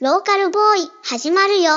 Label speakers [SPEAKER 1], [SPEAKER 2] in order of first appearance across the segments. [SPEAKER 1] ローカルボーイ始まるよ。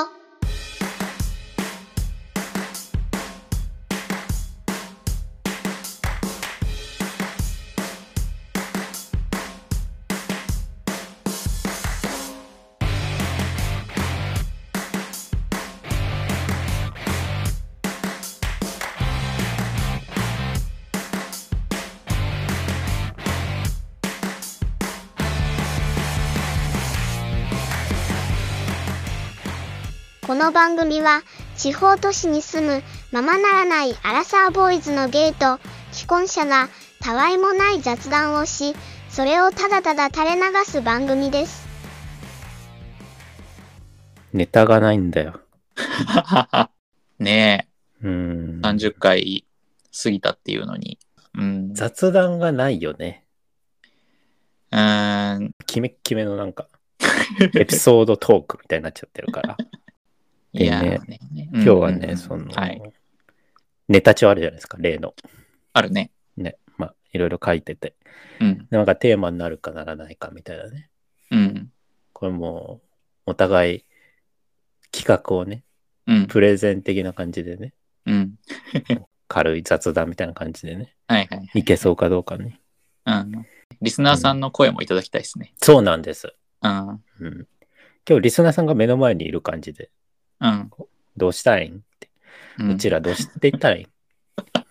[SPEAKER 1] この番組は地方都市に住むままならないアラサーボーイズのゲイと既婚者がたわいもない雑談をしそれをただただ垂れ流す番組です
[SPEAKER 2] ネタがないんだよ。
[SPEAKER 3] ね
[SPEAKER 2] うーん
[SPEAKER 3] え、。30回過ぎたっていうのに。うん。う
[SPEAKER 2] 雑談がないよね。
[SPEAKER 3] ーん。
[SPEAKER 2] キメッキメのなん か、エピソードトークみたいになっちゃってるから。
[SPEAKER 3] いやー、
[SPEAKER 2] ね
[SPEAKER 3] ね
[SPEAKER 2] 今日はね、
[SPEAKER 3] うんうん
[SPEAKER 2] その、
[SPEAKER 3] はい。
[SPEAKER 2] ネタ帳あるじゃないですか、例の。
[SPEAKER 3] あるね。
[SPEAKER 2] ね。まあ、いろいろ書いてて。
[SPEAKER 3] うん。
[SPEAKER 2] なんかテーマになるかならないかみたいなね。
[SPEAKER 3] うん。
[SPEAKER 2] これもう、お互い、企画をね、
[SPEAKER 3] うん。
[SPEAKER 2] プレゼン的な感じでね、
[SPEAKER 3] うん。
[SPEAKER 2] 軽い雑談みたいな感じでね、
[SPEAKER 3] はいはい。
[SPEAKER 2] いけそうかどうかね。
[SPEAKER 3] うん。リスナーさんの声もいただきたいですね。
[SPEAKER 2] そうなんです。
[SPEAKER 3] うん。
[SPEAKER 2] うん。今日リスナーさんが目の前にいる感じで、
[SPEAKER 3] うん。
[SPEAKER 2] どうしたいんって。
[SPEAKER 3] うん
[SPEAKER 2] うちらどうしていったらいい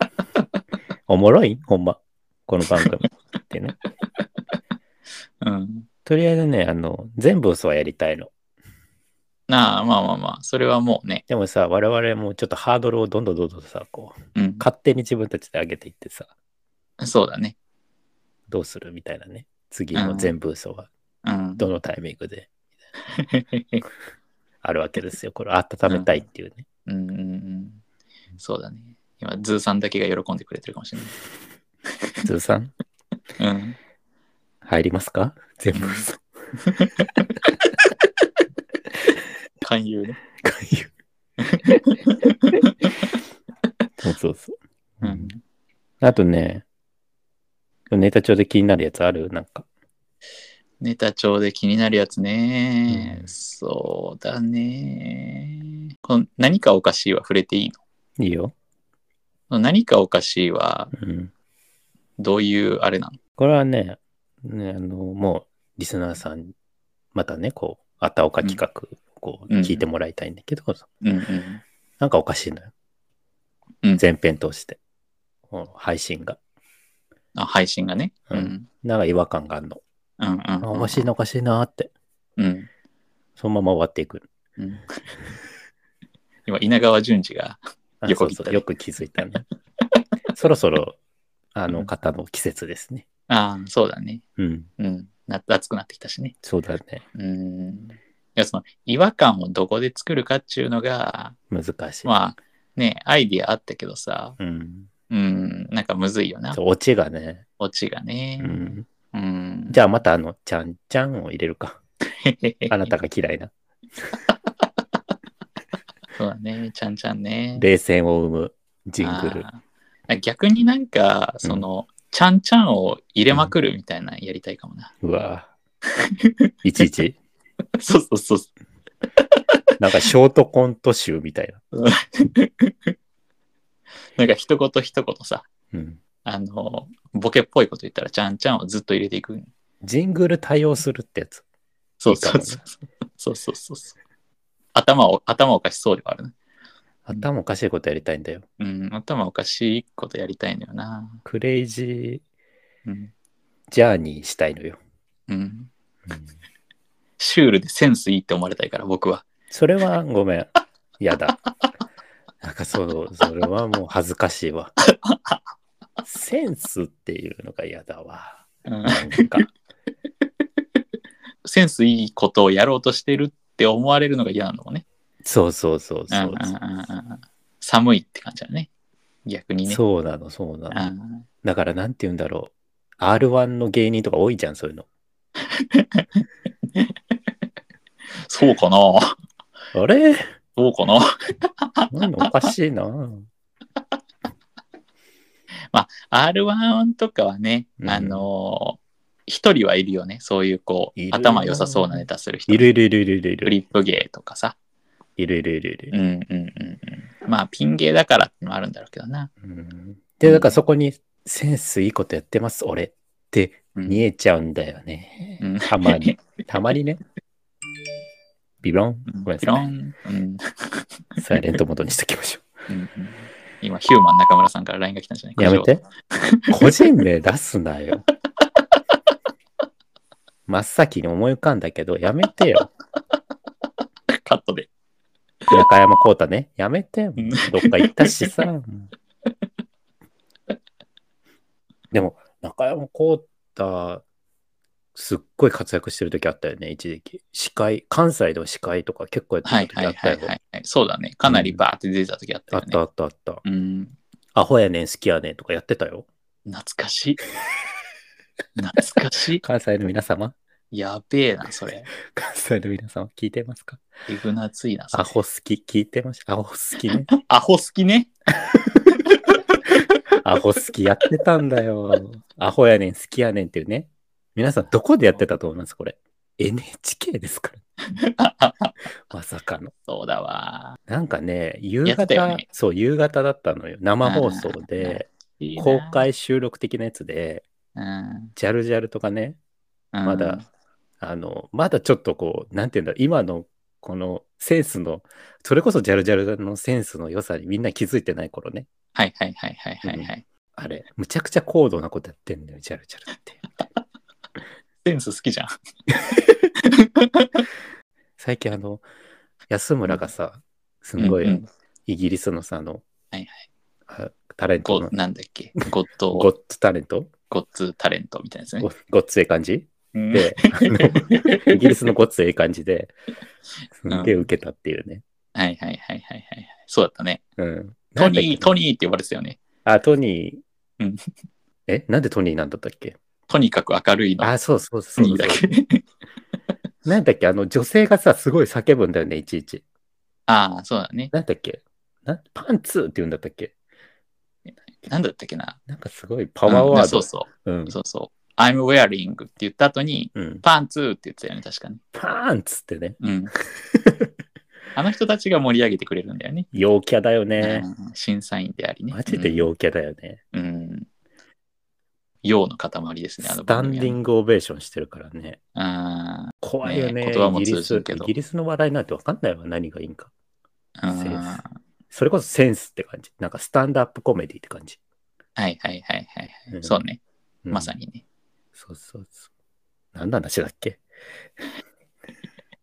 [SPEAKER 2] おもろいほんま。この番組ってね。
[SPEAKER 3] うん。
[SPEAKER 2] とりあえずね、あの、全部嘘はやりたいの。
[SPEAKER 3] なあ、まあまあまあ、それはもうね。
[SPEAKER 2] でもさ、我々もちょっとハードルをどんどんどんどんさ、こう、
[SPEAKER 3] うん。
[SPEAKER 2] 勝手に自分たちで上げていってさ、
[SPEAKER 3] そうだね。
[SPEAKER 2] どうするみたいなね。次の全部嘘は、
[SPEAKER 3] うん。
[SPEAKER 2] どのタイミングであるわけですよ。これ、温めたいっていうね。
[SPEAKER 3] うんうんうん。そうだね。今、ズーさんだけが喜んでくれてるかもしれ
[SPEAKER 2] ズーさん、
[SPEAKER 3] ない。うん。
[SPEAKER 2] 入りますか全部嘘。
[SPEAKER 3] 勧誘ね。
[SPEAKER 2] そうそうそうう。
[SPEAKER 3] ん。
[SPEAKER 2] あとね、ネタ帳で気になるやつあるなんか。
[SPEAKER 3] ネタ帳で気になるやつね、
[SPEAKER 2] うん
[SPEAKER 3] そうだね。この何かおかしいは触れていいの
[SPEAKER 2] いいよ。
[SPEAKER 3] この何かおかしいは
[SPEAKER 2] うん。
[SPEAKER 3] どういうあれなの
[SPEAKER 2] これはね、ねあの、もう、リスナーさん、またね、こう、あたおか企画、こう、
[SPEAKER 3] うん
[SPEAKER 2] 聞いてもらいたいんだけど、
[SPEAKER 3] うんうん。
[SPEAKER 2] なんかおかしいのよ。
[SPEAKER 3] うん
[SPEAKER 2] 前編通して。この配信が。
[SPEAKER 3] あ、配信がね。う
[SPEAKER 2] うん
[SPEAKER 3] ん。
[SPEAKER 2] なんか違和感があるの。
[SPEAKER 3] うんうん、うん。
[SPEAKER 2] あおかしいな、おかしいなーって。
[SPEAKER 3] うん。
[SPEAKER 2] そのまま終わっていく。
[SPEAKER 3] うん。 今、稲川淳二が。
[SPEAKER 2] あ
[SPEAKER 3] よく
[SPEAKER 2] そう
[SPEAKER 3] 聞いたね
[SPEAKER 2] そうよく気づいたね。 そろそろ、あ
[SPEAKER 3] う
[SPEAKER 2] の
[SPEAKER 3] ん
[SPEAKER 2] 方の季節ですね。
[SPEAKER 3] ああ、そうだね。
[SPEAKER 2] うん。
[SPEAKER 3] うん。な暑くなってきたしね。
[SPEAKER 2] そうだね。
[SPEAKER 3] うん。いや、その、違和感をどこで作るかっていうのが、
[SPEAKER 2] 難しい。
[SPEAKER 3] まあ、ね、アイディアあったけどさ、
[SPEAKER 2] うん。
[SPEAKER 3] うん、なんかむずいよな
[SPEAKER 2] そ。うオチがね。
[SPEAKER 3] オチがね。
[SPEAKER 2] うん。
[SPEAKER 3] うん。
[SPEAKER 2] じ
[SPEAKER 3] ゃ
[SPEAKER 2] ゃあまたあの、ちゃんちゃんを入れるか。あなたが嫌いな。
[SPEAKER 3] そうだね、ちゃんちゃんね。
[SPEAKER 2] 冷戦を生むジングル。
[SPEAKER 3] あー逆になんか、その、ちゃんちゃんを入れまくるみたいなのやりたいかもな。
[SPEAKER 2] うわぁいちいち、
[SPEAKER 3] そうそうそう。
[SPEAKER 2] なんかショートコント集みたいな。
[SPEAKER 3] なんか一言一言さ、
[SPEAKER 2] うん。
[SPEAKER 3] あの、ボケっぽいこと言ったら、ちゃんちゃんをずっと入れていく。
[SPEAKER 2] ジングル対応するってやつ。
[SPEAKER 3] そうそうそう。そうそうそうそう。頭を、頭おかしそうではあるね。
[SPEAKER 2] 頭おかしいことやりたいんだよ。
[SPEAKER 3] うん、頭おかしいことやりたいのよな。
[SPEAKER 2] クレイジ
[SPEAKER 3] うん。
[SPEAKER 2] ージャーニーしたいのよ。
[SPEAKER 3] うん。
[SPEAKER 2] うん
[SPEAKER 3] シュールでセンスいいって思われたいから、僕は。
[SPEAKER 2] それはごめん。やだ。なんかその、それはもう恥ずかしいわ。センスっていうのが嫌だわ。
[SPEAKER 3] うん
[SPEAKER 2] なんか。
[SPEAKER 3] センスいいことをやろうとしてるって思われるのが嫌なのもね。
[SPEAKER 2] そうそうそう
[SPEAKER 3] うん。
[SPEAKER 2] そううん
[SPEAKER 3] うんうん寒いって感じだね。逆にね。
[SPEAKER 2] そうなの、そうなの。
[SPEAKER 3] うん
[SPEAKER 2] だからなんて言うんだろう。R1 の芸人とか多いじゃん、そういうの。
[SPEAKER 3] そうかな
[SPEAKER 2] あ れ
[SPEAKER 3] そうかな
[SPEAKER 2] なんかおかしいな。
[SPEAKER 3] ?R1 とかはね、
[SPEAKER 2] うん
[SPEAKER 3] あの一人はいるよね。そういうこう
[SPEAKER 2] いる、な
[SPEAKER 3] 頭良さそうなネタする人。
[SPEAKER 2] いるいるいるいるいるい
[SPEAKER 3] フ
[SPEAKER 2] る。
[SPEAKER 3] リップ芸とかさ。
[SPEAKER 2] いるいるいるいる
[SPEAKER 3] うんうんうんうん。まあ、ピン芸だからってのもあるんだろうけどな。
[SPEAKER 2] うんで、だからそこに、センスいいことやってます、俺って
[SPEAKER 3] うん
[SPEAKER 2] 見えちゃうんだよね。
[SPEAKER 3] うん
[SPEAKER 2] たまに。たま にね。ビロン。ごめんな
[SPEAKER 3] ピロ
[SPEAKER 2] さ
[SPEAKER 3] ン。うん
[SPEAKER 2] い。サイレントモードにしときましょ。
[SPEAKER 3] うんうん今、ヒューマン中村さんから LINE が来たんじゃないうか
[SPEAKER 2] やめて。個人名出すな よ。真っ先に思い浮かんだけど、やめてよ。
[SPEAKER 3] カットで。
[SPEAKER 2] 中山浩太ね。やめてよ。
[SPEAKER 3] うん
[SPEAKER 2] どっか行ったしさ。もうでも、中山浩太、すっごい活躍してる時あったよね、一時期。司会、関西では司会とか結構や
[SPEAKER 3] は
[SPEAKER 2] っ
[SPEAKER 3] い
[SPEAKER 2] てた
[SPEAKER 3] はい
[SPEAKER 2] 時あった
[SPEAKER 3] はい
[SPEAKER 2] よ。
[SPEAKER 3] はいはい。そうだね。かなりバーって出てた時あった
[SPEAKER 2] あ
[SPEAKER 3] よ
[SPEAKER 2] っ
[SPEAKER 3] ね。
[SPEAKER 2] たあったあった。
[SPEAKER 3] うん。
[SPEAKER 2] アホやねん、好きやねんとかやってたよ。
[SPEAKER 3] 懐かしい。 懐かしい。
[SPEAKER 2] 関西の皆様、
[SPEAKER 3] やべえな、それ。
[SPEAKER 2] 関西の皆様、聞いてますか
[SPEAKER 3] えぐなついな、それ
[SPEAKER 2] アホ好き、聞いてました。アホ好きね。
[SPEAKER 3] アホ好きね。
[SPEAKER 2] アホ好きやってたんだよ。アホやねん、好きやねんっていうね。皆さん、どこでやってたと思いますこれ。NHK ですから。 まさかの。
[SPEAKER 3] そうだわ。
[SPEAKER 2] なんかね、夕
[SPEAKER 3] やった
[SPEAKER 2] 方、
[SPEAKER 3] よね
[SPEAKER 2] そう、夕方だったのよ。生放送で、
[SPEAKER 3] いいな
[SPEAKER 2] 公。開収録的なやつで、
[SPEAKER 3] うん。
[SPEAKER 2] ジャルジャルとかね、
[SPEAKER 3] ま
[SPEAKER 2] まだ、。あの、まだちょっとこう、なんていうんだろう、今の、このセンスの、それこそジャルジャルのセンスの良さにみんな気づいてない頃ね。
[SPEAKER 3] はいはいはいはいはいはい。
[SPEAKER 2] あれ、むちゃくちゃ高度なことやってんだよ、ジャルジャルって。
[SPEAKER 3] センス好きじゃん。
[SPEAKER 2] 最近あの安村がさすんごい、
[SPEAKER 3] うんうん
[SPEAKER 2] イギリスのさあの、
[SPEAKER 3] はい
[SPEAKER 2] あタレント
[SPEAKER 3] ゴ
[SPEAKER 2] の
[SPEAKER 3] なんだっけ。ゴッド、
[SPEAKER 2] ゴッツタレント
[SPEAKER 3] ゴッツタレントみたいですね
[SPEAKER 2] ゴ。ごっつええ感じ
[SPEAKER 3] うん
[SPEAKER 2] であのイギリスのごっつええ感じですんげえ受けたっていうね、
[SPEAKER 3] はいはいはいはいはいはい。そうだったね。
[SPEAKER 2] うん、
[SPEAKER 3] ト
[SPEAKER 2] なんだっけ
[SPEAKER 3] ニー、トニーって呼ばれてたよね。
[SPEAKER 2] あトニー、
[SPEAKER 3] うん
[SPEAKER 2] えなんでトニーなんだったっけ
[SPEAKER 3] とにかく明るいの。
[SPEAKER 2] あそうそうそ
[SPEAKER 3] ト
[SPEAKER 2] う
[SPEAKER 3] ニ
[SPEAKER 2] そう
[SPEAKER 3] ーだけ。
[SPEAKER 2] なんだっけあの女性がさすごい叫ぶんだよねいちいち
[SPEAKER 3] ああ、そうだね。
[SPEAKER 2] なんだっけなパンツーって言うんだったっけ
[SPEAKER 3] なんだったっけな。
[SPEAKER 2] なんかすごいパワーワ
[SPEAKER 3] うん
[SPEAKER 2] ード、
[SPEAKER 3] そうそう。
[SPEAKER 2] うん
[SPEAKER 3] そうそう。I'm wearing って言った後に、
[SPEAKER 2] うん、
[SPEAKER 3] パンツーって言ってたよね、確かに。
[SPEAKER 2] パンツってね
[SPEAKER 3] うん。あの人たちが盛り上げてくれるんだよね。
[SPEAKER 2] 陽キャだよね。
[SPEAKER 3] うん審査員でありね。
[SPEAKER 2] マジで陽キャだよね。
[SPEAKER 3] うん。うん。陽の塊ですね、あの
[SPEAKER 2] スタンディ
[SPEAKER 3] グ。
[SPEAKER 2] ングオベーションしてるからね。
[SPEAKER 3] あ
[SPEAKER 2] 怖いよね。
[SPEAKER 3] ね言葉も
[SPEAKER 2] イギリ
[SPEAKER 3] 通じ
[SPEAKER 2] ス
[SPEAKER 3] るけ
[SPEAKER 2] イ
[SPEAKER 3] ど
[SPEAKER 2] ギリスの話題なんて分かんないわ、何がいいんか。
[SPEAKER 3] ーう
[SPEAKER 2] セ
[SPEAKER 3] ん
[SPEAKER 2] ンス
[SPEAKER 3] は
[SPEAKER 2] それこそセンスって感じ。なんかスタンドアップコメディって感じ。
[SPEAKER 3] いはいはいはいはい。
[SPEAKER 2] うん
[SPEAKER 3] そうね、
[SPEAKER 2] うん
[SPEAKER 3] まさにね。
[SPEAKER 2] そうそうそう。何の話だっけ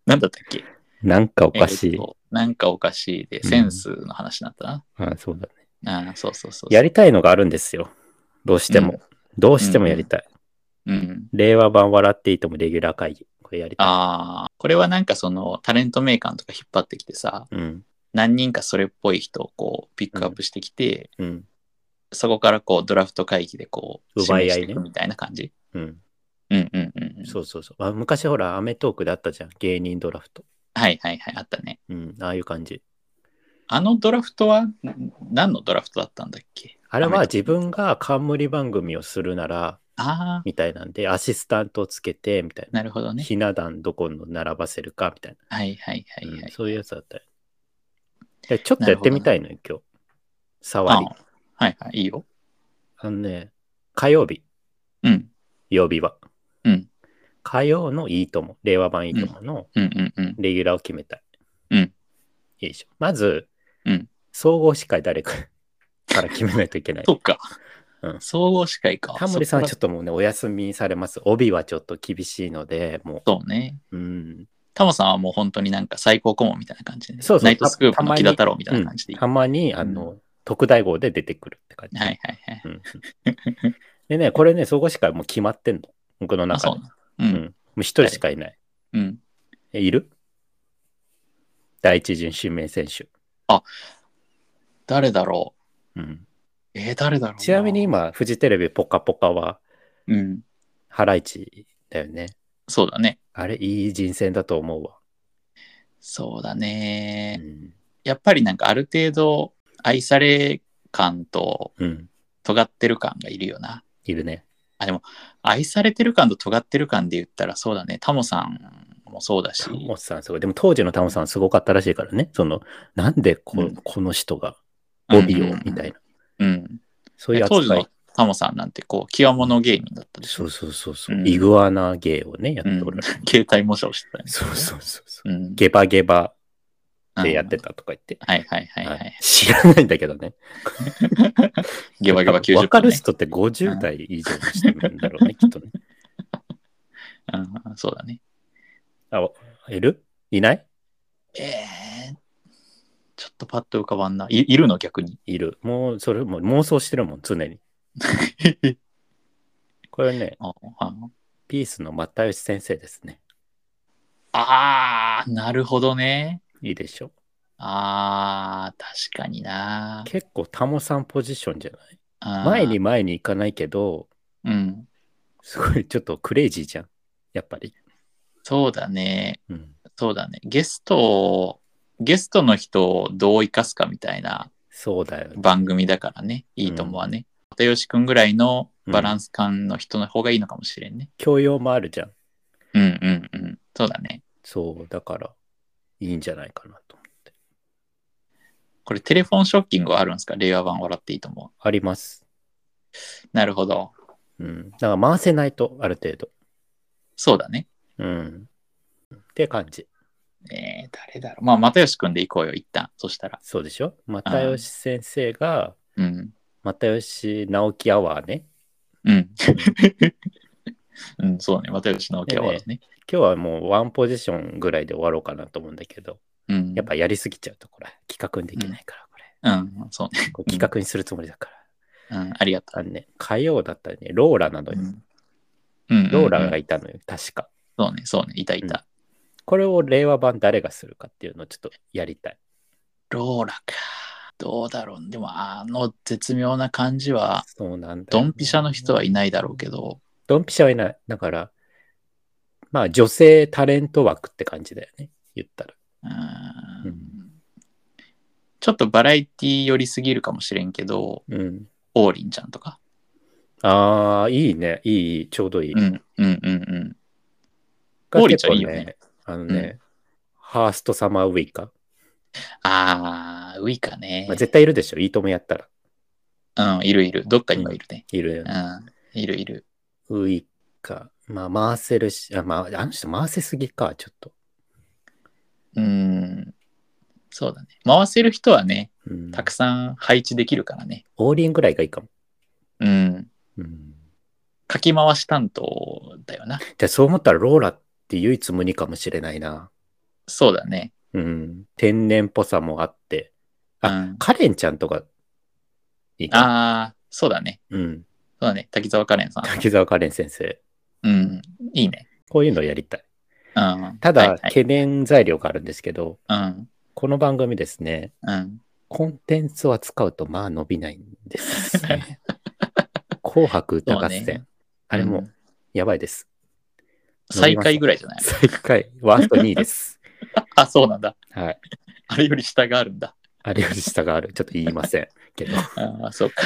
[SPEAKER 3] なんだったっけ
[SPEAKER 2] なんかおかし
[SPEAKER 3] えー
[SPEAKER 2] い。
[SPEAKER 3] となんかおかしいで、センスの話だったな。
[SPEAKER 2] あそうだね。
[SPEAKER 3] ああ、そうそうそうそう。
[SPEAKER 2] やりたいのがあるんですよ。どうしても。
[SPEAKER 3] うん
[SPEAKER 2] どうしてもやりたい。
[SPEAKER 3] うん。
[SPEAKER 2] 令和版笑っていいともレギュラー会議。これやりたい。
[SPEAKER 3] ああ、これはなんかそのタレントメーカーとか引っ張ってきてさ、
[SPEAKER 2] うん。
[SPEAKER 3] 何人かそれっぽい人をこうピックアップしてきて、
[SPEAKER 2] うん。
[SPEAKER 3] そこからこうドラフト会議でこう
[SPEAKER 2] 奪い合いね
[SPEAKER 3] 指名してくみたいな感じ。
[SPEAKER 2] うん。
[SPEAKER 3] うんうんうんうん。
[SPEAKER 2] そうそうそう。あ昔ほら、アメトークであったじゃん。芸人ドラフト。
[SPEAKER 3] はいはいはい、あったね。
[SPEAKER 2] うん。ああいう感じ。
[SPEAKER 3] あのドラフトはん何のドラフトだったんだっけ
[SPEAKER 2] あれは
[SPEAKER 3] アメト
[SPEAKER 2] 自分が冠番組をするなら、
[SPEAKER 3] ああ、
[SPEAKER 2] みたいなんで、アシスタントをつけて、みたいな。
[SPEAKER 3] なるほどね。
[SPEAKER 2] ひな壇どこの並ばせるか、みたい
[SPEAKER 3] はいはいは
[SPEAKER 2] な。
[SPEAKER 3] いは
[SPEAKER 2] うん
[SPEAKER 3] い。
[SPEAKER 2] そういうやつだったよ。でちょっとやってみたいのよ、今日。触り。
[SPEAKER 3] あはいはい、いいよ。
[SPEAKER 2] あのね、火曜日、
[SPEAKER 3] うん。
[SPEAKER 2] 曜日は。
[SPEAKER 3] うん
[SPEAKER 2] 火曜のいいとも、令和版いいともの
[SPEAKER 3] うんうんうん。
[SPEAKER 2] レギュラーを決めたい。
[SPEAKER 3] うん
[SPEAKER 2] よいしょ。まず、
[SPEAKER 3] うん
[SPEAKER 2] 総合司会誰か から決めないといけない。
[SPEAKER 3] そっか。
[SPEAKER 2] うん
[SPEAKER 3] 総合司会か。
[SPEAKER 2] タモリさんはちょ
[SPEAKER 3] っ
[SPEAKER 2] っともうね、お休みされます。帯はちょっと厳しいので、も
[SPEAKER 3] と。そうね。
[SPEAKER 2] う、うん、
[SPEAKER 3] タモさんはもう本当になんか最高顧問みたいな感じで、
[SPEAKER 2] そうそう
[SPEAKER 3] ナイトスクープ
[SPEAKER 2] たたま
[SPEAKER 3] の
[SPEAKER 2] に
[SPEAKER 3] 木田太郎みたいな感じでいい。
[SPEAKER 2] たまに、あの、特大号で出てくるって感じ。
[SPEAKER 3] はいはいはい。
[SPEAKER 2] うん、でね、これね、総合司会もう決まってんの。僕の
[SPEAKER 3] あ、
[SPEAKER 2] 中
[SPEAKER 3] そ
[SPEAKER 2] で。
[SPEAKER 3] う
[SPEAKER 2] も
[SPEAKER 3] なう
[SPEAKER 2] うん
[SPEAKER 3] ん。
[SPEAKER 2] う一人しかいない。
[SPEAKER 3] うん。
[SPEAKER 2] えいる第一陣指名選手。
[SPEAKER 3] 誰だろう
[SPEAKER 2] うん、
[SPEAKER 3] えー誰だろう
[SPEAKER 2] ちなみに、今、フジテレビポカポカは、
[SPEAKER 3] うん。
[SPEAKER 2] ハライチだよね。
[SPEAKER 3] そうだね。
[SPEAKER 2] あれ、いい人選だと思うわ。
[SPEAKER 3] そうだ
[SPEAKER 2] う
[SPEAKER 3] ね。
[SPEAKER 2] ん。
[SPEAKER 3] やっぱりなんかある程度愛され感と
[SPEAKER 2] うん、
[SPEAKER 3] 尖ってる感がいるよな。
[SPEAKER 2] いるね。
[SPEAKER 3] あ、でも、愛されてる感と尖ってる感で言ったら、そうだね、タモさんもそうだし
[SPEAKER 2] タ、モさんすごい。でも当時のタモさんすごかったらしいからね。その、なんでこ,、
[SPEAKER 3] うん
[SPEAKER 2] この人が帯を
[SPEAKER 3] うんうんうん
[SPEAKER 2] みたいな。
[SPEAKER 3] うん。
[SPEAKER 2] そういう
[SPEAKER 3] 当時
[SPEAKER 2] 扱い
[SPEAKER 3] の。タモさんなんて、こう、極物芸人だったでし
[SPEAKER 2] そ
[SPEAKER 3] ょ。
[SPEAKER 2] うそうそうそう、
[SPEAKER 3] うん
[SPEAKER 2] イグアナ芸をね、やって おられる。
[SPEAKER 3] 携帯模写をしてたよね。
[SPEAKER 2] そうそうそうそう。
[SPEAKER 3] うん。
[SPEAKER 2] ゲバゲバでやってたとか言って。
[SPEAKER 3] はいはいはいは
[SPEAKER 2] はいい。知らないんだけどね。
[SPEAKER 3] ゲバゲバ90分、ね。
[SPEAKER 2] わかる人って50代以上にしてるんだろうね、きっとね。
[SPEAKER 3] うん、そうだね。
[SPEAKER 2] あ、おいるいない
[SPEAKER 3] えー、ちょっとパッと浮かばんな。いいるの逆に。
[SPEAKER 2] いる。もう、それもう妄想してるもん、常 に。これね、
[SPEAKER 3] ああ
[SPEAKER 2] ピースの又吉先生ですね。
[SPEAKER 3] あー、なるほどね。
[SPEAKER 2] いいでしょ
[SPEAKER 3] あー、確かにな。
[SPEAKER 2] 結構タモさんポジションじゃない
[SPEAKER 3] あー
[SPEAKER 2] 前に。前に行かないけど、
[SPEAKER 3] うん。
[SPEAKER 2] すごいちょっとクレイジーじゃん。やっぱり。
[SPEAKER 3] そうだね。
[SPEAKER 2] うん。
[SPEAKER 3] そうだね。ゲストを、ゲストの人をどう生かすかみたいな
[SPEAKER 2] そうだよね。
[SPEAKER 3] 番組だからね。いいと思うわね。又吉くんぐらいのバランス感の人の方がいいのかもしれんね。
[SPEAKER 2] 教養もあるじゃん。
[SPEAKER 3] うんうんうん。そうだね。
[SPEAKER 2] そう、だから、いいんじゃないかなと思って。
[SPEAKER 3] これテレフォンショッキングはあるんですか令和版笑っていいと思
[SPEAKER 2] あります。
[SPEAKER 3] う。なるほど。
[SPEAKER 2] うん。だから回せないと、ある程度。
[SPEAKER 3] そうだね。
[SPEAKER 2] うん。って感じ。
[SPEAKER 3] えー、誰だろう。まあ、又吉くんで行こうよ、一旦。そしたら。
[SPEAKER 2] そうでしょ又吉先生が、
[SPEAKER 3] うん。
[SPEAKER 2] 又吉直樹アワーね。
[SPEAKER 3] うん。 うん、そうね。又吉直樹はね。ね
[SPEAKER 2] 今日はもうワンポジションぐらいで終わろうかなと思うんだけど、
[SPEAKER 3] うん。
[SPEAKER 2] やっぱやりすぎちゃうと、これ、企画にできないから、これ。
[SPEAKER 3] うん、そうね。
[SPEAKER 2] これ企画にするつもりだから。
[SPEAKER 3] うん、ありがと
[SPEAKER 2] あのね、火曜だったらね、ローラなの
[SPEAKER 3] う。
[SPEAKER 2] よ。
[SPEAKER 3] うん。
[SPEAKER 2] ローラ
[SPEAKER 3] う
[SPEAKER 2] が
[SPEAKER 3] ん
[SPEAKER 2] いたのよ、確か。
[SPEAKER 3] そうね、そうね。いたいた。
[SPEAKER 2] これを令和版誰がするかっていうのをちょっとやりたい。
[SPEAKER 3] ローラか。どうだろう。でも、あの絶妙な感じは、
[SPEAKER 2] そうなんだよ
[SPEAKER 3] ド
[SPEAKER 2] ね、
[SPEAKER 3] ンピシャの人はいないだろうけど、
[SPEAKER 2] ドンピシャはいない。だから、まあ女性タレント枠って感じだよね。言ったら。
[SPEAKER 3] う。
[SPEAKER 2] うん
[SPEAKER 3] ちょっとバラエティー寄りすぎるかもしれんけど、
[SPEAKER 2] うん。
[SPEAKER 3] 王林ちゃんとか。
[SPEAKER 2] ああ、いいね。いいいい、ちょうどいい。
[SPEAKER 3] うん、うん、うん、うん。
[SPEAKER 2] が
[SPEAKER 3] 王林ちゃんいい
[SPEAKER 2] 結
[SPEAKER 3] よ
[SPEAKER 2] 構
[SPEAKER 3] ね
[SPEAKER 2] あのね、ハーストサマーウイカ。
[SPEAKER 3] あー、ウイカね。
[SPEAKER 2] まあ、絶対いるでしょ。いいともやったら。
[SPEAKER 3] うん、いるいる。どっかにはいるね。
[SPEAKER 2] いるよ
[SPEAKER 3] う
[SPEAKER 2] ね。
[SPEAKER 3] ん、いるいる。
[SPEAKER 2] ウイカ。まあ回せるし、あまあ、あの人回せすぎか、ちょっと。
[SPEAKER 3] うん、そうだね。回せる人はね、
[SPEAKER 2] うん、
[SPEAKER 3] たくさん配置できるからね。
[SPEAKER 2] オーリンぐらいがいいかも。
[SPEAKER 3] うん。
[SPEAKER 2] うん、
[SPEAKER 3] かき回し担当だよな。
[SPEAKER 2] じゃあそう思ったらローラって唯一無二かもしれないな。
[SPEAKER 3] そうだね。
[SPEAKER 2] うん。天然っぽさもあって。
[SPEAKER 3] う
[SPEAKER 2] あ
[SPEAKER 3] ん、
[SPEAKER 2] カレンちゃんとか、いいかな
[SPEAKER 3] あー、そうだね。
[SPEAKER 2] うん。
[SPEAKER 3] そうだね。滝沢カレンさん。
[SPEAKER 2] 滝沢カレン先生。
[SPEAKER 3] うん、いいね。
[SPEAKER 2] こういうのやりたい。
[SPEAKER 3] うん。
[SPEAKER 2] ただ、
[SPEAKER 3] はいはい
[SPEAKER 2] 懸念材料があるんですけど、
[SPEAKER 3] うん、
[SPEAKER 2] この番組ですね、
[SPEAKER 3] うん。
[SPEAKER 2] コンテンツを扱うと、まあ伸びないんです ね。紅白歌合
[SPEAKER 3] そ
[SPEAKER 2] 戦。
[SPEAKER 3] うね
[SPEAKER 2] あれも
[SPEAKER 3] う、
[SPEAKER 2] うんやばいです。
[SPEAKER 3] 最下位ぐらいじゃない
[SPEAKER 2] 最下位、ワースト2位です。
[SPEAKER 3] あ、そうなんだ。
[SPEAKER 2] はい。
[SPEAKER 3] あれより下があるんだ。
[SPEAKER 2] あれより下がある。ちょっと言いませんけ ど。
[SPEAKER 3] ああ、そうか。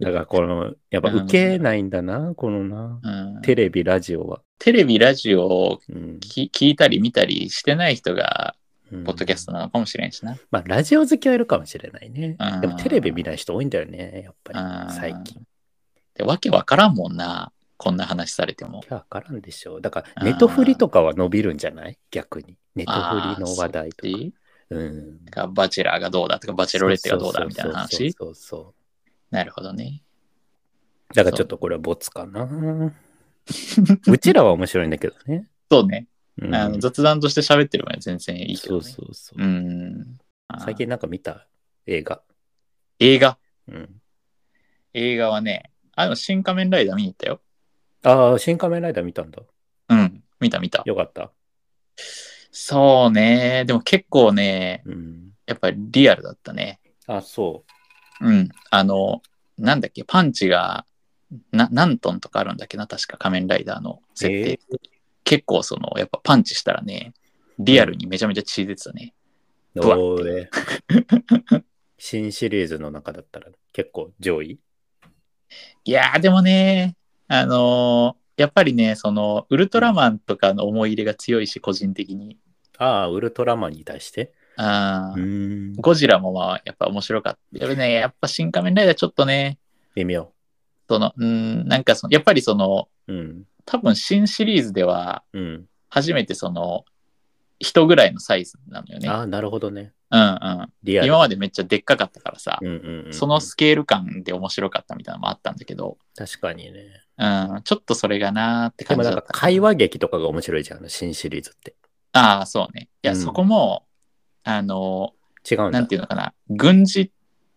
[SPEAKER 2] だから、この、やっぱ受けないんだな、このな。
[SPEAKER 3] うん、
[SPEAKER 2] テレビ、ラジオは。
[SPEAKER 3] テレビ、ラジオを
[SPEAKER 2] うん。
[SPEAKER 3] き聞いたり見たりしてない人が、
[SPEAKER 2] うん
[SPEAKER 3] ポッドキャストなのかもしれんしな。
[SPEAKER 2] まあ、ラジオ好きはいるかもしれないね
[SPEAKER 3] うん。
[SPEAKER 2] でも、テレビ見ない人多いんだよね、やっぱ
[SPEAKER 3] うん
[SPEAKER 2] り、最近。
[SPEAKER 3] で、わけわからんもんな。こんな話されても
[SPEAKER 2] い。やわからんでしょう。だか
[SPEAKER 3] あ
[SPEAKER 2] ら、
[SPEAKER 3] ー
[SPEAKER 2] ネトフリとかは伸びるんじゃない逆に。ネト
[SPEAKER 3] あ
[SPEAKER 2] フ
[SPEAKER 3] あ
[SPEAKER 2] リの話題と
[SPEAKER 3] そっ
[SPEAKER 2] か。
[SPEAKER 3] ち
[SPEAKER 2] うん。
[SPEAKER 3] だからバチェラーがどうだとか、バチェロレッテがどうだみたいな話。
[SPEAKER 2] そうそうそうそうそ
[SPEAKER 3] なるほどね。
[SPEAKER 2] う。だからちょっとこれはボツか な。うちらは面白いんだけどね。
[SPEAKER 3] そうね。
[SPEAKER 2] うん
[SPEAKER 3] あの雑談として喋ってる前全然いいけ
[SPEAKER 2] そう
[SPEAKER 3] ど、ね。
[SPEAKER 2] そうそう。
[SPEAKER 3] うん。あー
[SPEAKER 2] 最近なんか見た映画。
[SPEAKER 3] 映画。
[SPEAKER 2] うん。
[SPEAKER 3] 映画はね、あの、新仮面ライダー見に行ったよ。
[SPEAKER 2] ああ、新仮面ライダー見たんだ。
[SPEAKER 3] うん。見た見た。
[SPEAKER 2] よかった。
[SPEAKER 3] そうね。でも結構ね、
[SPEAKER 2] うん。
[SPEAKER 3] やっぱりリアルだったね。
[SPEAKER 2] あ、そ
[SPEAKER 3] うん。あの、なんだっけ、パンチが、な何トンとかあるんだっけな、確か仮面ライダーの設定。
[SPEAKER 2] え
[SPEAKER 3] 結構その、やっぱパンチしたらね、リアルにめちゃめちゃ血出てたね。
[SPEAKER 2] う。
[SPEAKER 3] ぶわっ
[SPEAKER 2] どう で新シリーズの中だったら結構上位
[SPEAKER 3] いやー、でもね、あのーやっぱりね、その、ウルトラマンとかの思い入れが強いし、個人的に。
[SPEAKER 2] ああ、ウルトラマンに対して。
[SPEAKER 3] あ
[SPEAKER 2] う
[SPEAKER 3] ー
[SPEAKER 2] ーん。
[SPEAKER 3] ゴジラもまあ、やっぱ面白かった。やっぱね、やっぱ新仮面ライダーちょっとね、
[SPEAKER 2] 微妙。
[SPEAKER 3] その、うん、なんかその、やっぱりその、
[SPEAKER 2] うん。
[SPEAKER 3] 多分新シリーズでは、
[SPEAKER 2] うん。
[SPEAKER 3] 初めてその、人ぐらいのサイズなのよね。
[SPEAKER 2] ああ、なるほどね。
[SPEAKER 3] うんうん。
[SPEAKER 2] リアル。
[SPEAKER 3] 今までめっちゃでっかかったからさ、
[SPEAKER 2] うんうんうん、
[SPEAKER 3] そのスケール感で面白かったみたいなのもあったんだけど、
[SPEAKER 2] 確かにね。
[SPEAKER 3] うん、ちょっとそれがなーって
[SPEAKER 2] で
[SPEAKER 3] 感
[SPEAKER 2] も
[SPEAKER 3] じ
[SPEAKER 2] な
[SPEAKER 3] だ
[SPEAKER 2] ん
[SPEAKER 3] った
[SPEAKER 2] か。会話劇とかが面白いじゃん、新シリーズって。
[SPEAKER 3] ああ、そうね。いや、
[SPEAKER 2] うん
[SPEAKER 3] そこも、あの、
[SPEAKER 2] 違うんだ。
[SPEAKER 3] なんていうのかな、軍事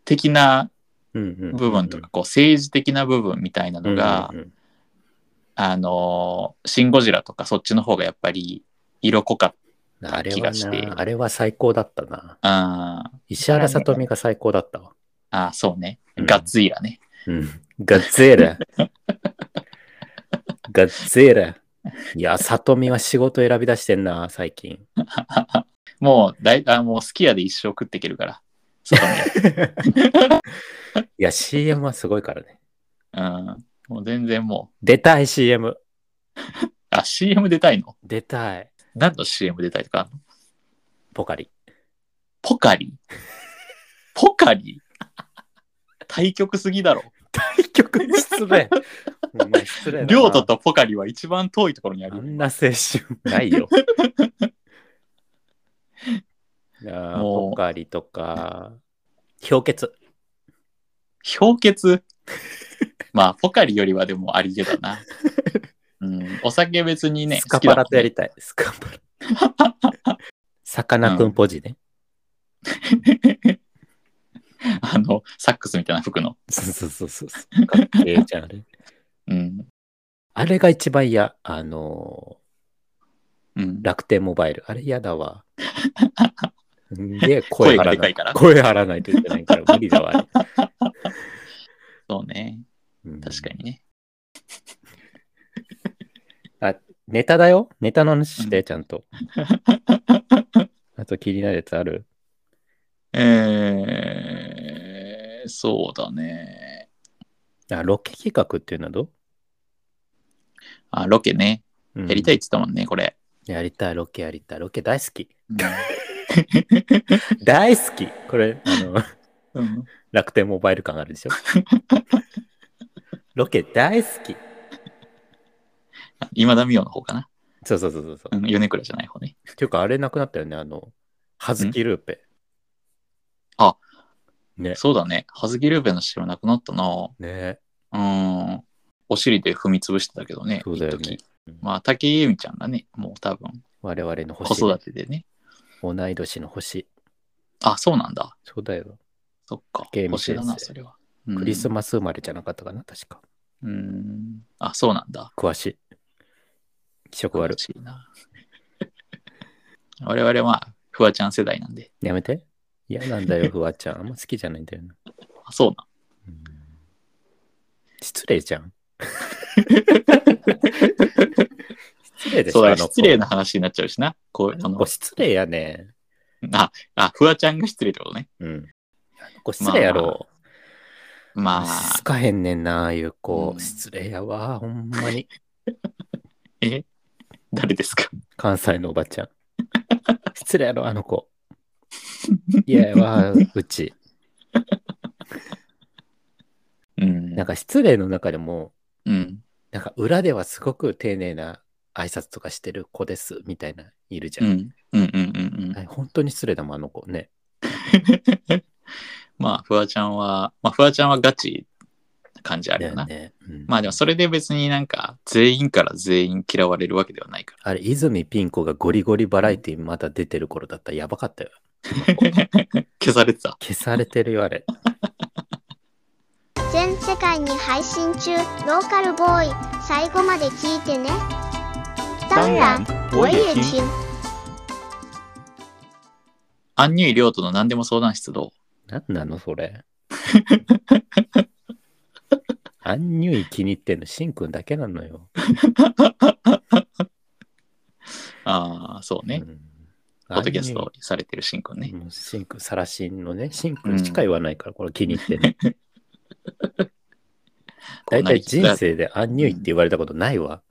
[SPEAKER 3] 的な部
[SPEAKER 2] 部
[SPEAKER 3] 分とか、こう、政治的な部分みたいなのが、あの、シン・ゴジラとかそっちの方がやっぱり色濃かっ
[SPEAKER 2] あれ
[SPEAKER 3] 気
[SPEAKER 2] は
[SPEAKER 3] がして
[SPEAKER 2] な、あれは最高だったな。
[SPEAKER 3] た。あ
[SPEAKER 2] 石原さとみが最高だったわ。
[SPEAKER 3] あー、そうね。
[SPEAKER 2] うん
[SPEAKER 3] ガッツイラね。
[SPEAKER 2] うん。ガッツエラ。 ガッツエラ。いや、さとみは仕事選び出してんな、最近。
[SPEAKER 3] もう、だいあもう、スキヤで一生食っていけるから。そうね。
[SPEAKER 2] いや、CM はすごいからね。
[SPEAKER 3] うん。もう全然もう。
[SPEAKER 2] 出たい CM。
[SPEAKER 3] あ、CM 出たいの
[SPEAKER 2] 出たい。
[SPEAKER 3] 何の CM 出たいとかあんの
[SPEAKER 2] ポカリ。
[SPEAKER 3] ポカリポカリ対局すぎだろ。
[SPEAKER 2] 結局、失礼。お前失礼だな
[SPEAKER 3] 領土とポカリは一番遠いところにあ
[SPEAKER 2] あ
[SPEAKER 3] る。
[SPEAKER 2] んな青春ないよ。あー
[SPEAKER 3] もう
[SPEAKER 2] ポカリとか、氷結。
[SPEAKER 3] 氷結まあ、ポカリよりはでもありげだな。うん、お酒別にね、
[SPEAKER 2] スカパラとやり
[SPEAKER 3] 好
[SPEAKER 2] たい。スカパラ。 さかなクンポジね。
[SPEAKER 3] きだもんねあの、サックスみたいな服の。
[SPEAKER 2] そうそうそうそう。かっけえじゃん、あれ。
[SPEAKER 3] うん。
[SPEAKER 2] あれが一番嫌。あの
[SPEAKER 3] うん
[SPEAKER 2] ー、楽天モバイル。あれ嫌だわ。で、声張
[SPEAKER 3] 声が
[SPEAKER 2] ら
[SPEAKER 3] で
[SPEAKER 2] な
[SPEAKER 3] か
[SPEAKER 2] い
[SPEAKER 3] い。から。
[SPEAKER 2] 声張らないといけないから無理だわ。あれ
[SPEAKER 3] そうね。
[SPEAKER 2] うん
[SPEAKER 3] 確かにね。
[SPEAKER 2] ネタだよ。ネタの話して、ちゃんと。あと気になるやつある
[SPEAKER 3] えー、そうだね。
[SPEAKER 2] あロケ企画っていうのはどう
[SPEAKER 3] あ、ロケね。やりたいっ
[SPEAKER 2] い。
[SPEAKER 3] て言ったもんね、これ。
[SPEAKER 2] やりたい、ロケやりたい。ロケ大好き。
[SPEAKER 3] う
[SPEAKER 2] 大好きこれ、あの、
[SPEAKER 3] んうん
[SPEAKER 2] 楽天モバイル感ある でしょ。ロケ大好き。
[SPEAKER 3] 今田美桜の方かな。
[SPEAKER 2] そうそうそうそうそう
[SPEAKER 3] う。ん、米倉じゃない方ね。
[SPEAKER 2] っていうか、あれなくなったよね、あの、はずきルーペ。
[SPEAKER 3] あ
[SPEAKER 2] ね。
[SPEAKER 3] そうだね。はずきルーペの CM なくなったな。
[SPEAKER 2] ね
[SPEAKER 3] うん。お尻で踏み潰してたけどね。
[SPEAKER 2] そうだよね
[SPEAKER 3] 一時まあ、竹井絵美ちゃんがね、もう多分、
[SPEAKER 2] 我々の
[SPEAKER 3] 子
[SPEAKER 2] 星。
[SPEAKER 3] 育てでね。
[SPEAKER 2] 同い年の星。
[SPEAKER 3] あ、そうなんだ。
[SPEAKER 2] そうだよ。
[SPEAKER 3] そっか
[SPEAKER 2] 竹井。美
[SPEAKER 3] 星だな、
[SPEAKER 2] 先生
[SPEAKER 3] それは。
[SPEAKER 2] クリス
[SPEAKER 3] マ
[SPEAKER 2] マス生まれじゃなかったかな、確か。
[SPEAKER 3] ス。うん。あ、そうなんだ。
[SPEAKER 2] 詳しい。気色悪
[SPEAKER 3] 楽しいな。 我々は、フワちゃん世代なんで。
[SPEAKER 2] い。やめて。嫌なんだ よ、フワちゃん。あんま好きじゃないんだよな。
[SPEAKER 3] あ、そうなん。
[SPEAKER 2] うん失礼じゃ ん。失礼でしょ
[SPEAKER 3] そ
[SPEAKER 2] あ
[SPEAKER 3] うだね
[SPEAKER 2] の子
[SPEAKER 3] 失礼な話になっちゃうしな。こう、あ
[SPEAKER 2] あの
[SPEAKER 3] の
[SPEAKER 2] 子、失礼やね。
[SPEAKER 3] あ、あ、フワちゃんが失礼ってことね。
[SPEAKER 2] うん。あの子失礼やろ。
[SPEAKER 3] ま
[SPEAKER 2] 好
[SPEAKER 3] あ、
[SPEAKER 2] かへんねんな、ああいう子。
[SPEAKER 3] うん
[SPEAKER 2] 失礼やわ、ほんまに。
[SPEAKER 3] え誰ですか
[SPEAKER 2] 関西のおばちゃん。 失礼やろ、あの子。いややわ、うち。
[SPEAKER 3] うん。
[SPEAKER 2] なんか失礼の中でも、
[SPEAKER 3] うん。
[SPEAKER 2] なんか裏ではすごく丁寧な挨拶とかしてる子です、みたいな、いるじ
[SPEAKER 3] う
[SPEAKER 2] ゃん。
[SPEAKER 3] ん。うんうんうん
[SPEAKER 2] はい本当に失礼だもん、あの子ね。
[SPEAKER 3] うん。まあ、フワちゃんは、まあ、フワちゃんはガチな感じあるよな。
[SPEAKER 2] だよねうん
[SPEAKER 3] まあでもそれで別になんか全員から全員嫌われるわけではないか
[SPEAKER 2] あれ、泉ピン子がゴリゴリバラエティまだ出てる頃だったらやばかったよ。
[SPEAKER 3] ら。消されてた。
[SPEAKER 2] 消されてるよ、あれ。
[SPEAKER 1] 全世界に配信中ローカルボーイ最後まで聞いてね当然我也听
[SPEAKER 3] アンニュイ・リョウとの何でも相談室ど
[SPEAKER 2] なんなの、それ。アンニュイ気に入ってんの、シンくんだけなのよ。
[SPEAKER 3] うああ、そう
[SPEAKER 2] う。
[SPEAKER 3] ね
[SPEAKER 2] ん。
[SPEAKER 3] ポッドキャストされてるシンくん
[SPEAKER 2] アン
[SPEAKER 3] ね
[SPEAKER 2] ニ。ュイ。うんシンくん、 サラシンのね、シンくんしか言わないから、これ気に入ってんの。大体人生でアンニュイって言われたことないわ。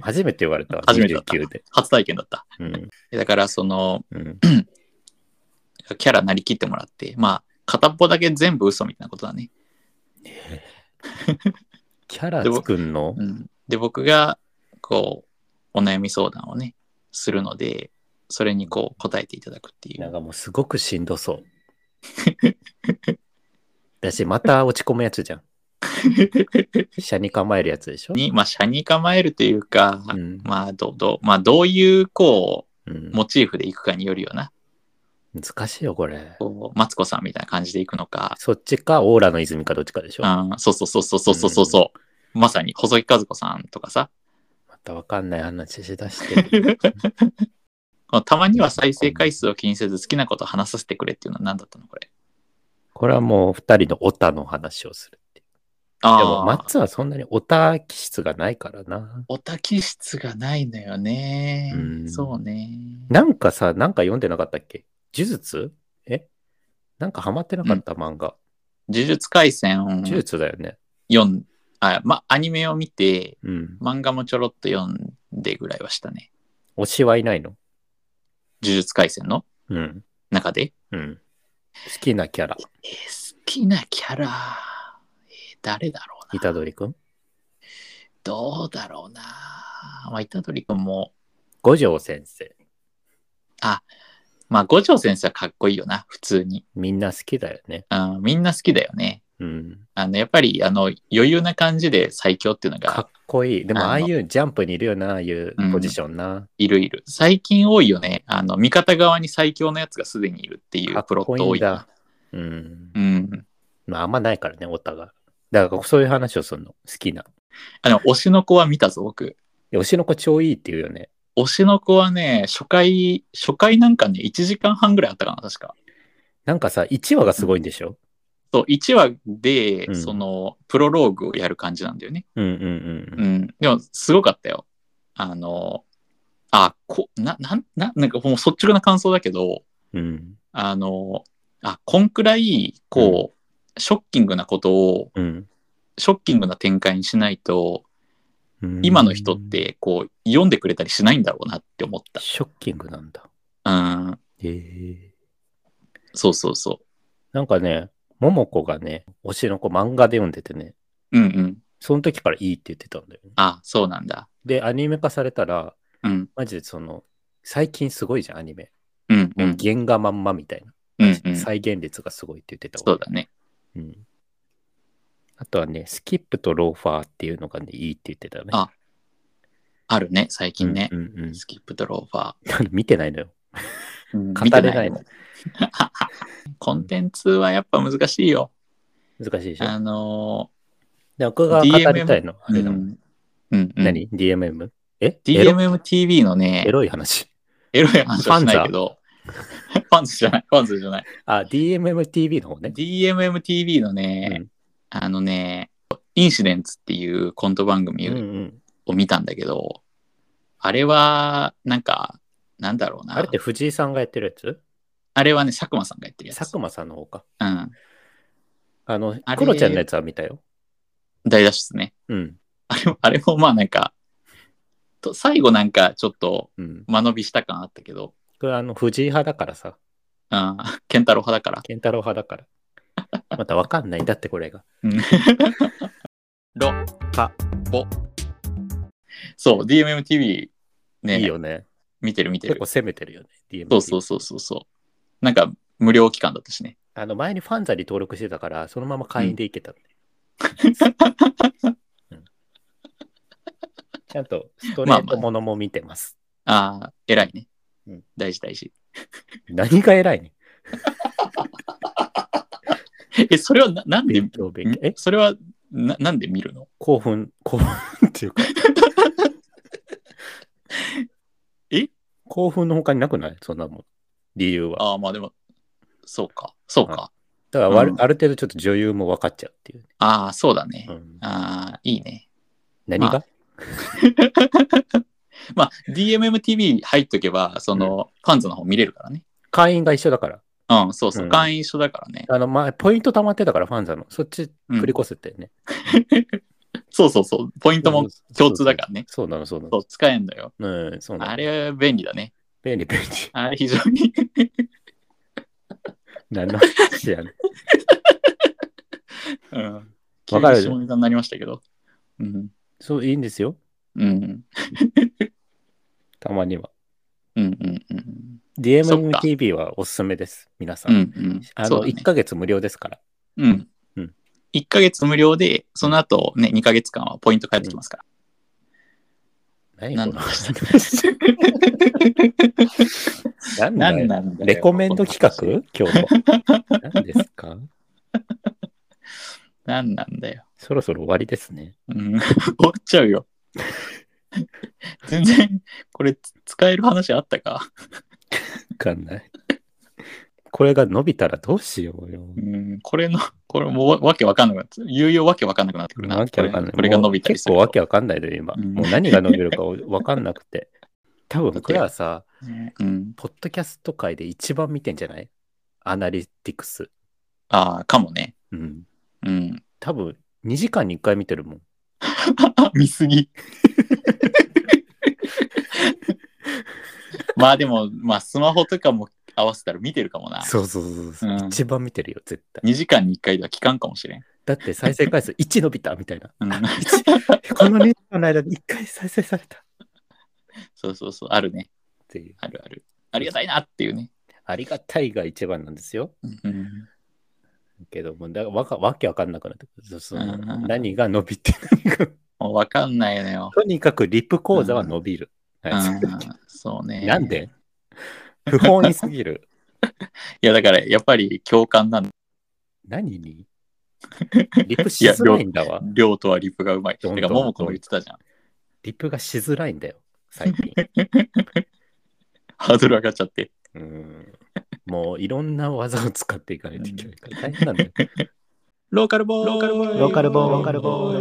[SPEAKER 2] 初めて言われたわ。
[SPEAKER 3] 初めてだった
[SPEAKER 2] 29で。
[SPEAKER 3] 初体験だった。
[SPEAKER 2] うん。
[SPEAKER 3] だから、その、
[SPEAKER 2] うん。
[SPEAKER 3] キャラなりきってもらって、まあ、片っぽだけ全部嘘みたいなことだね。
[SPEAKER 2] キャラ作んの
[SPEAKER 3] うん、で僕がこうお悩み相談をねするのでそれにこう答えていただくってい
[SPEAKER 2] なん
[SPEAKER 3] う
[SPEAKER 2] かもうすごくしんど そう。だし、また落ち込むやつ じゃん。車に構えるやつでしょ。
[SPEAKER 3] にまあ車に構えるというか、
[SPEAKER 2] うん。
[SPEAKER 3] まあどうどうまあどういうこ
[SPEAKER 2] うん
[SPEAKER 3] うモチーフでいくかによるような
[SPEAKER 2] 難しいよ、これ。
[SPEAKER 3] こうマツコさんみたいな感じでいくのか、
[SPEAKER 2] そっちか、オーラの泉かどっちかでしょ。ま
[SPEAKER 3] うん、そうそうそうそうそうそうそう、まさに細木和子さんと かさ
[SPEAKER 2] たわかんない話しだして る。
[SPEAKER 3] こうたまには再生回数を気にせず好きなことを話させてくれっていうのは何だったのこれ
[SPEAKER 2] これはもう二人のオタの話をするっていう。
[SPEAKER 3] あ
[SPEAKER 2] でも、マ
[SPEAKER 3] あ
[SPEAKER 2] ッツはそんなにオタ気質がないからな。
[SPEAKER 3] おたき質がないのよね、
[SPEAKER 2] うん
[SPEAKER 3] そうね
[SPEAKER 2] なんかさ、なんか読んでなかったっけ呪術えなんかハマってなかった漫画。
[SPEAKER 3] 呪術廻戦
[SPEAKER 2] 呪術だよね。
[SPEAKER 3] 読んあまアニメを見て
[SPEAKER 2] うん。
[SPEAKER 3] 漫画もちょろっと読んでぐらいはしたね
[SPEAKER 2] 推しはいないの
[SPEAKER 3] 呪術廻戦の
[SPEAKER 2] うん。
[SPEAKER 3] 中で、
[SPEAKER 2] うん。好きなキャラ、
[SPEAKER 3] えー好きなキャラ、えー誰だろうな
[SPEAKER 2] 虎杖くん。
[SPEAKER 3] どうだろうなまあ虎杖君も
[SPEAKER 2] 五条先生。
[SPEAKER 3] まあ五条先生はかっこいいよな普通に、
[SPEAKER 2] みんな好きだよね。
[SPEAKER 3] うん、みんな好きだよね
[SPEAKER 2] うん。
[SPEAKER 3] あのやっぱりあの余裕な感じで最強っていうの
[SPEAKER 2] か
[SPEAKER 3] が
[SPEAKER 2] っこいい。でも、
[SPEAKER 3] あの
[SPEAKER 2] ああいうジャンプにいるよな、ああいうポジションな。
[SPEAKER 3] いるいる最近多いよねあの味方側に最強のやつがすでにいるってい
[SPEAKER 2] か
[SPEAKER 3] う
[SPEAKER 2] っ
[SPEAKER 3] プロッ
[SPEAKER 2] こ
[SPEAKER 3] ト多
[SPEAKER 2] いいん
[SPEAKER 3] い
[SPEAKER 2] だ。うん
[SPEAKER 3] う。ん
[SPEAKER 2] まあ、あんまないからね、オタが。だから、そういう話をするの。好きな。
[SPEAKER 3] あの推しの子は見たぞ僕
[SPEAKER 2] で推しの子超いいって言うよね。
[SPEAKER 3] 推しの子はね、初回、初回なんかね、1時間半ぐらいあったかな、確か。
[SPEAKER 2] なんかさ、1話がすごいんでしょ
[SPEAKER 3] そう、1話で、
[SPEAKER 2] うん
[SPEAKER 3] その、プロローグをやる感じなんだよね。
[SPEAKER 2] うんうん
[SPEAKER 3] う。ん。でも、すごかったよ。あの、あ、こ、な、なん、な、なんかもう率直な感想だけど、
[SPEAKER 2] うん。うん。
[SPEAKER 3] あの、あ、こんくらい、こう、ショッキングなことを、
[SPEAKER 2] うん。
[SPEAKER 3] ショッキングな展開にしないと、今の人っ。て、こう、読んでくれたりしないんだろうなって思っ
[SPEAKER 2] ショッキングなんだ。
[SPEAKER 3] た。うん。
[SPEAKER 2] へえ。
[SPEAKER 3] そうそうそ
[SPEAKER 2] なんかね、桃子がね、推しの子漫画で読んでてね、
[SPEAKER 3] う。うんうん。
[SPEAKER 2] その時からいいって言ってたんだよね。
[SPEAKER 3] あ、そうなんだ。
[SPEAKER 2] で、アニメ化されたら、
[SPEAKER 3] うん。
[SPEAKER 2] マジでその、最近すごいじゃん、アニメ。
[SPEAKER 3] うんう。
[SPEAKER 2] もうん原画まんまみたいな。
[SPEAKER 3] うんうん、
[SPEAKER 2] 再現率がすごいって言ってた
[SPEAKER 3] そう
[SPEAKER 2] わ。
[SPEAKER 3] だね。
[SPEAKER 2] うん。あとはね、スキップとローファーっていうのがね、いいって言ってたね。
[SPEAKER 3] ああるね、最近ね。
[SPEAKER 2] うんうんうん
[SPEAKER 3] スキップドローバ
[SPEAKER 2] 見てないのよ。
[SPEAKER 3] ー。うん
[SPEAKER 2] 語れない
[SPEAKER 3] 見てないもん コンテンツはやっぱ難しいよ。
[SPEAKER 2] 難しいでしょ。
[SPEAKER 3] あの
[SPEAKER 2] で、僕が語りたいの。あ
[SPEAKER 3] ー、
[SPEAKER 2] れだ
[SPEAKER 3] う
[SPEAKER 2] もん。
[SPEAKER 3] んうんうん、
[SPEAKER 2] 何 ?DMM? えエロ
[SPEAKER 3] ?DMMTV のね
[SPEAKER 2] エ、ロい話。
[SPEAKER 3] エロい話はしないけど、 パンツじゃない、パンツじゃない。
[SPEAKER 2] あ、DMMTV の方ね。
[SPEAKER 3] DMMTV のね、
[SPEAKER 2] うん
[SPEAKER 3] あのね、インシデンツっていうコント番組
[SPEAKER 2] うんう
[SPEAKER 3] を
[SPEAKER 2] ん。
[SPEAKER 3] を見たんだけど、あれは、なんか、なんだろうな。
[SPEAKER 2] あれって藤井さんがやってるやつ
[SPEAKER 3] あれはね、佐久間さんがやってるやつ。
[SPEAKER 2] 佐久間さんの方か。
[SPEAKER 3] うん。
[SPEAKER 2] あの
[SPEAKER 3] あ、れ
[SPEAKER 2] クロちゃんのやつは見たよ。
[SPEAKER 3] 大脱出ね。
[SPEAKER 2] うん。
[SPEAKER 3] あれも、あれもまあなんか、と最後なんかちょっと
[SPEAKER 2] うん。
[SPEAKER 3] 間延びした感あったけど、
[SPEAKER 2] これあの、藤井派だからさ。
[SPEAKER 3] うん、 ケンタロウ派だから。
[SPEAKER 2] ケンタロウ派だ から。またわかんないんだってこれが。
[SPEAKER 3] ロ、
[SPEAKER 2] か、
[SPEAKER 3] ボ。そう、DMMTV ね、
[SPEAKER 2] いいよね。
[SPEAKER 3] 見てる見て
[SPEAKER 2] 結
[SPEAKER 3] る
[SPEAKER 2] 構。攻めてるよね。DM
[SPEAKER 3] そうそうそうそうそう。なんか無料期間だったしね。
[SPEAKER 2] あの前にファンザに登録してたから、そのまま会員でいけたんで。うんちゃんとストレートものも見てます。
[SPEAKER 3] ああ、偉いね
[SPEAKER 2] うん。
[SPEAKER 3] 大事大事。
[SPEAKER 2] 何が偉いね。
[SPEAKER 3] え、それはななんで、
[SPEAKER 2] 勉
[SPEAKER 3] ん
[SPEAKER 2] 強勉強。え
[SPEAKER 3] それはななんで見るの
[SPEAKER 2] 興奮、興奮っていうか。
[SPEAKER 3] え
[SPEAKER 2] 興奮の他になくないそんなもん。理由は。
[SPEAKER 3] ああ、まあでも、そうか、そうか。
[SPEAKER 2] だからわる、
[SPEAKER 3] うん
[SPEAKER 2] ある程度ちょっと女優も分かっちゃうっていうね、
[SPEAKER 3] ああ、そうだね。
[SPEAKER 2] うん
[SPEAKER 3] ああ、いいね。
[SPEAKER 2] 何が、
[SPEAKER 3] ままあ、DMMTV 入っとけば、その、ファンズの方見れるからね。
[SPEAKER 2] 会員が一緒だから。
[SPEAKER 3] うん、そうそうう。
[SPEAKER 2] ん
[SPEAKER 3] 会員一緒だからね。
[SPEAKER 2] あの、まあ、ポイント溜まってたから、ファンザの。そっち
[SPEAKER 3] うん
[SPEAKER 2] 繰り越せてね。
[SPEAKER 3] そうそうそう。ポイントも共通だからね。
[SPEAKER 2] そうなの、そうな
[SPEAKER 3] そ
[SPEAKER 2] の。
[SPEAKER 3] う、使えんだよ。
[SPEAKER 2] うん、そうな
[SPEAKER 3] あ
[SPEAKER 2] の。
[SPEAKER 3] れ、便利だね。
[SPEAKER 2] 便利、便利。
[SPEAKER 3] あれ、非常に。
[SPEAKER 2] 何 の話やねん。
[SPEAKER 3] うん。
[SPEAKER 2] わかる
[SPEAKER 3] 急に下ネタになりましたけど。うん。
[SPEAKER 2] そう、いいんですよ。
[SPEAKER 3] うん。
[SPEAKER 2] たまには。
[SPEAKER 3] うんうんうん。
[SPEAKER 2] DMMTV はおすすめです。皆さ。
[SPEAKER 3] うんんうん。
[SPEAKER 2] あ
[SPEAKER 3] そう
[SPEAKER 2] の、
[SPEAKER 3] だ
[SPEAKER 2] 一
[SPEAKER 3] ね
[SPEAKER 2] 1ヶ月無料ですから。
[SPEAKER 3] うん
[SPEAKER 2] うん。
[SPEAKER 3] 1ヶ月無料で、その後ね、2ヶ月間はポイント返ってきますから。
[SPEAKER 2] 何
[SPEAKER 3] 何
[SPEAKER 2] こ
[SPEAKER 3] の
[SPEAKER 2] の
[SPEAKER 3] 話
[SPEAKER 2] 話何だ
[SPEAKER 3] だ何
[SPEAKER 2] よ
[SPEAKER 3] なんだよ
[SPEAKER 2] レコメンド企画今日の。 何ですか
[SPEAKER 3] 何なんだよ。
[SPEAKER 2] そろそろ終わりですね。
[SPEAKER 3] うん。 終わっちゃうよ。 全然、これつ使える話あったか。
[SPEAKER 2] わかんない。これが伸びたらどうしようよ
[SPEAKER 3] う。ん。これの、これもうわけわかんなくなって、有用わけわかんなくなってくるな。
[SPEAKER 2] わけわかんない。
[SPEAKER 3] これこれが伸びたりする
[SPEAKER 2] もう結構
[SPEAKER 3] と。
[SPEAKER 2] わけわかんないで今。
[SPEAKER 3] うん
[SPEAKER 2] もう何が伸びるかわかんなく て。多分僕らはさ、
[SPEAKER 3] ねうん。
[SPEAKER 2] ポッドキャスト界で一番見てんじゃないアナリティクス。
[SPEAKER 3] ああ、かもね。
[SPEAKER 2] うん。
[SPEAKER 3] うん。
[SPEAKER 2] 多分2時間に1回見てるもん。
[SPEAKER 3] 見すぎ。まあでも、まあスマホとかも合わせたら見てるかもな。
[SPEAKER 2] そうそうそうそう、
[SPEAKER 3] うん
[SPEAKER 2] 一番見てるよ、絶対。
[SPEAKER 3] 2時間に1回では聞かんかもしれん。
[SPEAKER 2] だって再生回数1伸びたみたいな。
[SPEAKER 3] うん
[SPEAKER 2] 一この2時間の間で1回再生されたっ
[SPEAKER 3] そうそうそう、あるね。
[SPEAKER 2] ていう。
[SPEAKER 3] あるある。ありがたいなっていうね。
[SPEAKER 2] ありがたいが一番なんですよ。
[SPEAKER 3] うん、
[SPEAKER 2] けども、だわかわけわかんなくなってくる。その
[SPEAKER 3] うん
[SPEAKER 2] 何が伸びて何が
[SPEAKER 3] もう分かんないのよ。
[SPEAKER 2] とにかくリップ講座は伸びる。
[SPEAKER 3] う
[SPEAKER 2] は
[SPEAKER 3] ん、 そうね。
[SPEAKER 2] い、 なんで不本意すぎる。
[SPEAKER 3] いや、だからやっぱり共感なんだ。
[SPEAKER 2] 何 にリップしづらいんだわ。
[SPEAKER 3] 量とはリプがうまい。だ
[SPEAKER 2] どん
[SPEAKER 3] か
[SPEAKER 2] どん
[SPEAKER 3] ら、ももこも言ってたじゃん。
[SPEAKER 2] リップがしづらいんだよ、最近。
[SPEAKER 3] ハードル上がっちゃって。
[SPEAKER 2] うんもういろんな技を使っていかないといけないから大変なんだよ。
[SPEAKER 3] ローカルボーイローカルボーイ
[SPEAKER 4] ローカルボー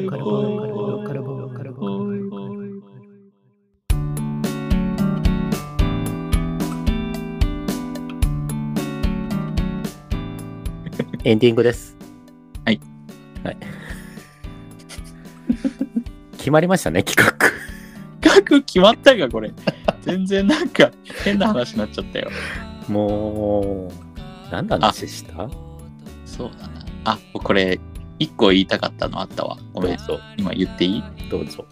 [SPEAKER 4] イ
[SPEAKER 3] ローカルボーイ
[SPEAKER 4] ローカルボーイロー
[SPEAKER 3] ローカ
[SPEAKER 4] カルボーイ
[SPEAKER 3] ルボーイローカルボーイローカルボーイローカルボー イ
[SPEAKER 2] エンディングです。
[SPEAKER 3] はい。
[SPEAKER 2] はい。決まりましたね、企画。
[SPEAKER 3] 額決まったか、これ。 全然なんか変な話になっちゃったよ。
[SPEAKER 2] もう、何の話した
[SPEAKER 3] そうだな。あ、これ、一個言いたかったのあったわ。ごめん。
[SPEAKER 2] どうぞ、
[SPEAKER 3] 今言っていい
[SPEAKER 2] どうぞ。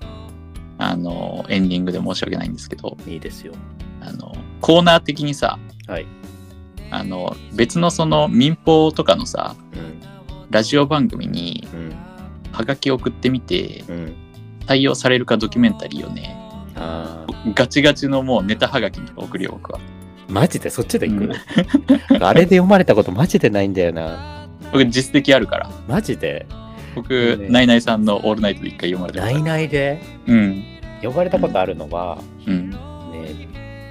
[SPEAKER 3] あの、エンディングで申し訳ないんですけど、
[SPEAKER 2] いいですよ。
[SPEAKER 3] あの、コーナー的にさ、
[SPEAKER 2] はい。
[SPEAKER 3] あの、別のその民放とかのさ、
[SPEAKER 2] うん、
[SPEAKER 3] ラジオ番組に
[SPEAKER 2] うん、
[SPEAKER 3] ハガキ送ってみて、
[SPEAKER 2] うん。
[SPEAKER 3] 採用されるかドキュメンタリーをね、
[SPEAKER 2] ああ、
[SPEAKER 3] ガチガチのもうネタハガキに送るよ、僕は。
[SPEAKER 2] マジでそっちで行く、
[SPEAKER 3] う ん
[SPEAKER 2] あれで読まれたことマジでないんだよな。
[SPEAKER 3] 僕、実績あるから。
[SPEAKER 2] マジで。
[SPEAKER 3] 僕、
[SPEAKER 2] ね
[SPEAKER 3] ナイナイさんのオールナイトで一回読まれたことあ
[SPEAKER 2] な
[SPEAKER 3] る
[SPEAKER 2] いないで
[SPEAKER 3] うん。
[SPEAKER 2] 呼ばれたことあるのは、
[SPEAKER 3] うん。
[SPEAKER 2] ね、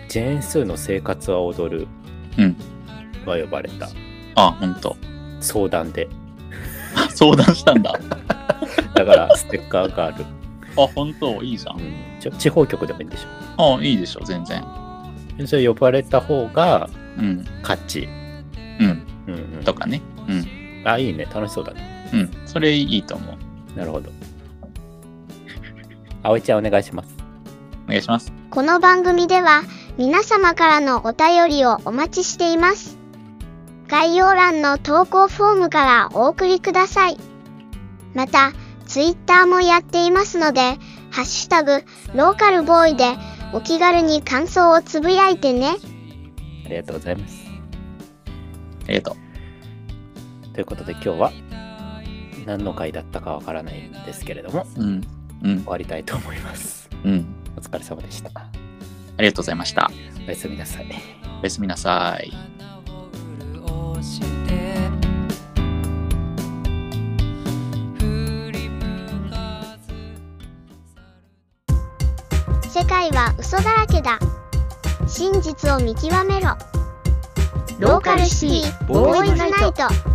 [SPEAKER 2] ジェーン・スーの生活は踊る
[SPEAKER 3] うん。
[SPEAKER 2] は呼ばれた。
[SPEAKER 3] あ、ほんと。
[SPEAKER 2] 相談で。
[SPEAKER 3] あ 相談したんだ。
[SPEAKER 2] だから、 ステッカーがある。
[SPEAKER 3] あ、ほんと、いいじゃ。
[SPEAKER 2] うんん、ちょ地方局でもいいんでしょ
[SPEAKER 3] あ、いいでしょ、全然。
[SPEAKER 2] でそれ呼ばれた方が
[SPEAKER 3] うん。
[SPEAKER 2] 勝ち。
[SPEAKER 3] うん。
[SPEAKER 2] うんうん
[SPEAKER 3] とかね。
[SPEAKER 2] あ、いいね。楽しそうだね。
[SPEAKER 3] うん。それいいと思う。
[SPEAKER 2] なるほど。葵ちゃんお願いします。
[SPEAKER 3] お願いします。
[SPEAKER 1] この番組では皆様からのお便りをお待ちしています。概要欄の投稿フォームからお送りください。また、ツイッターもやっていますので、ハッシュタグ、ローカルボーイでお気軽に感想をつぶやいてね。
[SPEAKER 2] ありがとうございます。
[SPEAKER 3] ありがとう。
[SPEAKER 2] ということで今日は何の回だったかわからないんですけれども、
[SPEAKER 3] うん。うん
[SPEAKER 2] 終。わりたいと思います。
[SPEAKER 3] うん。
[SPEAKER 2] お疲れ様でした。
[SPEAKER 3] ありがとうございました。
[SPEAKER 2] おやすみなさい。
[SPEAKER 3] おやすみなさい。
[SPEAKER 4] 潤して振り向かず
[SPEAKER 1] 世界は嘘だらけだ。真実を見極めろ。ローカルシティ、ボーイズナイト。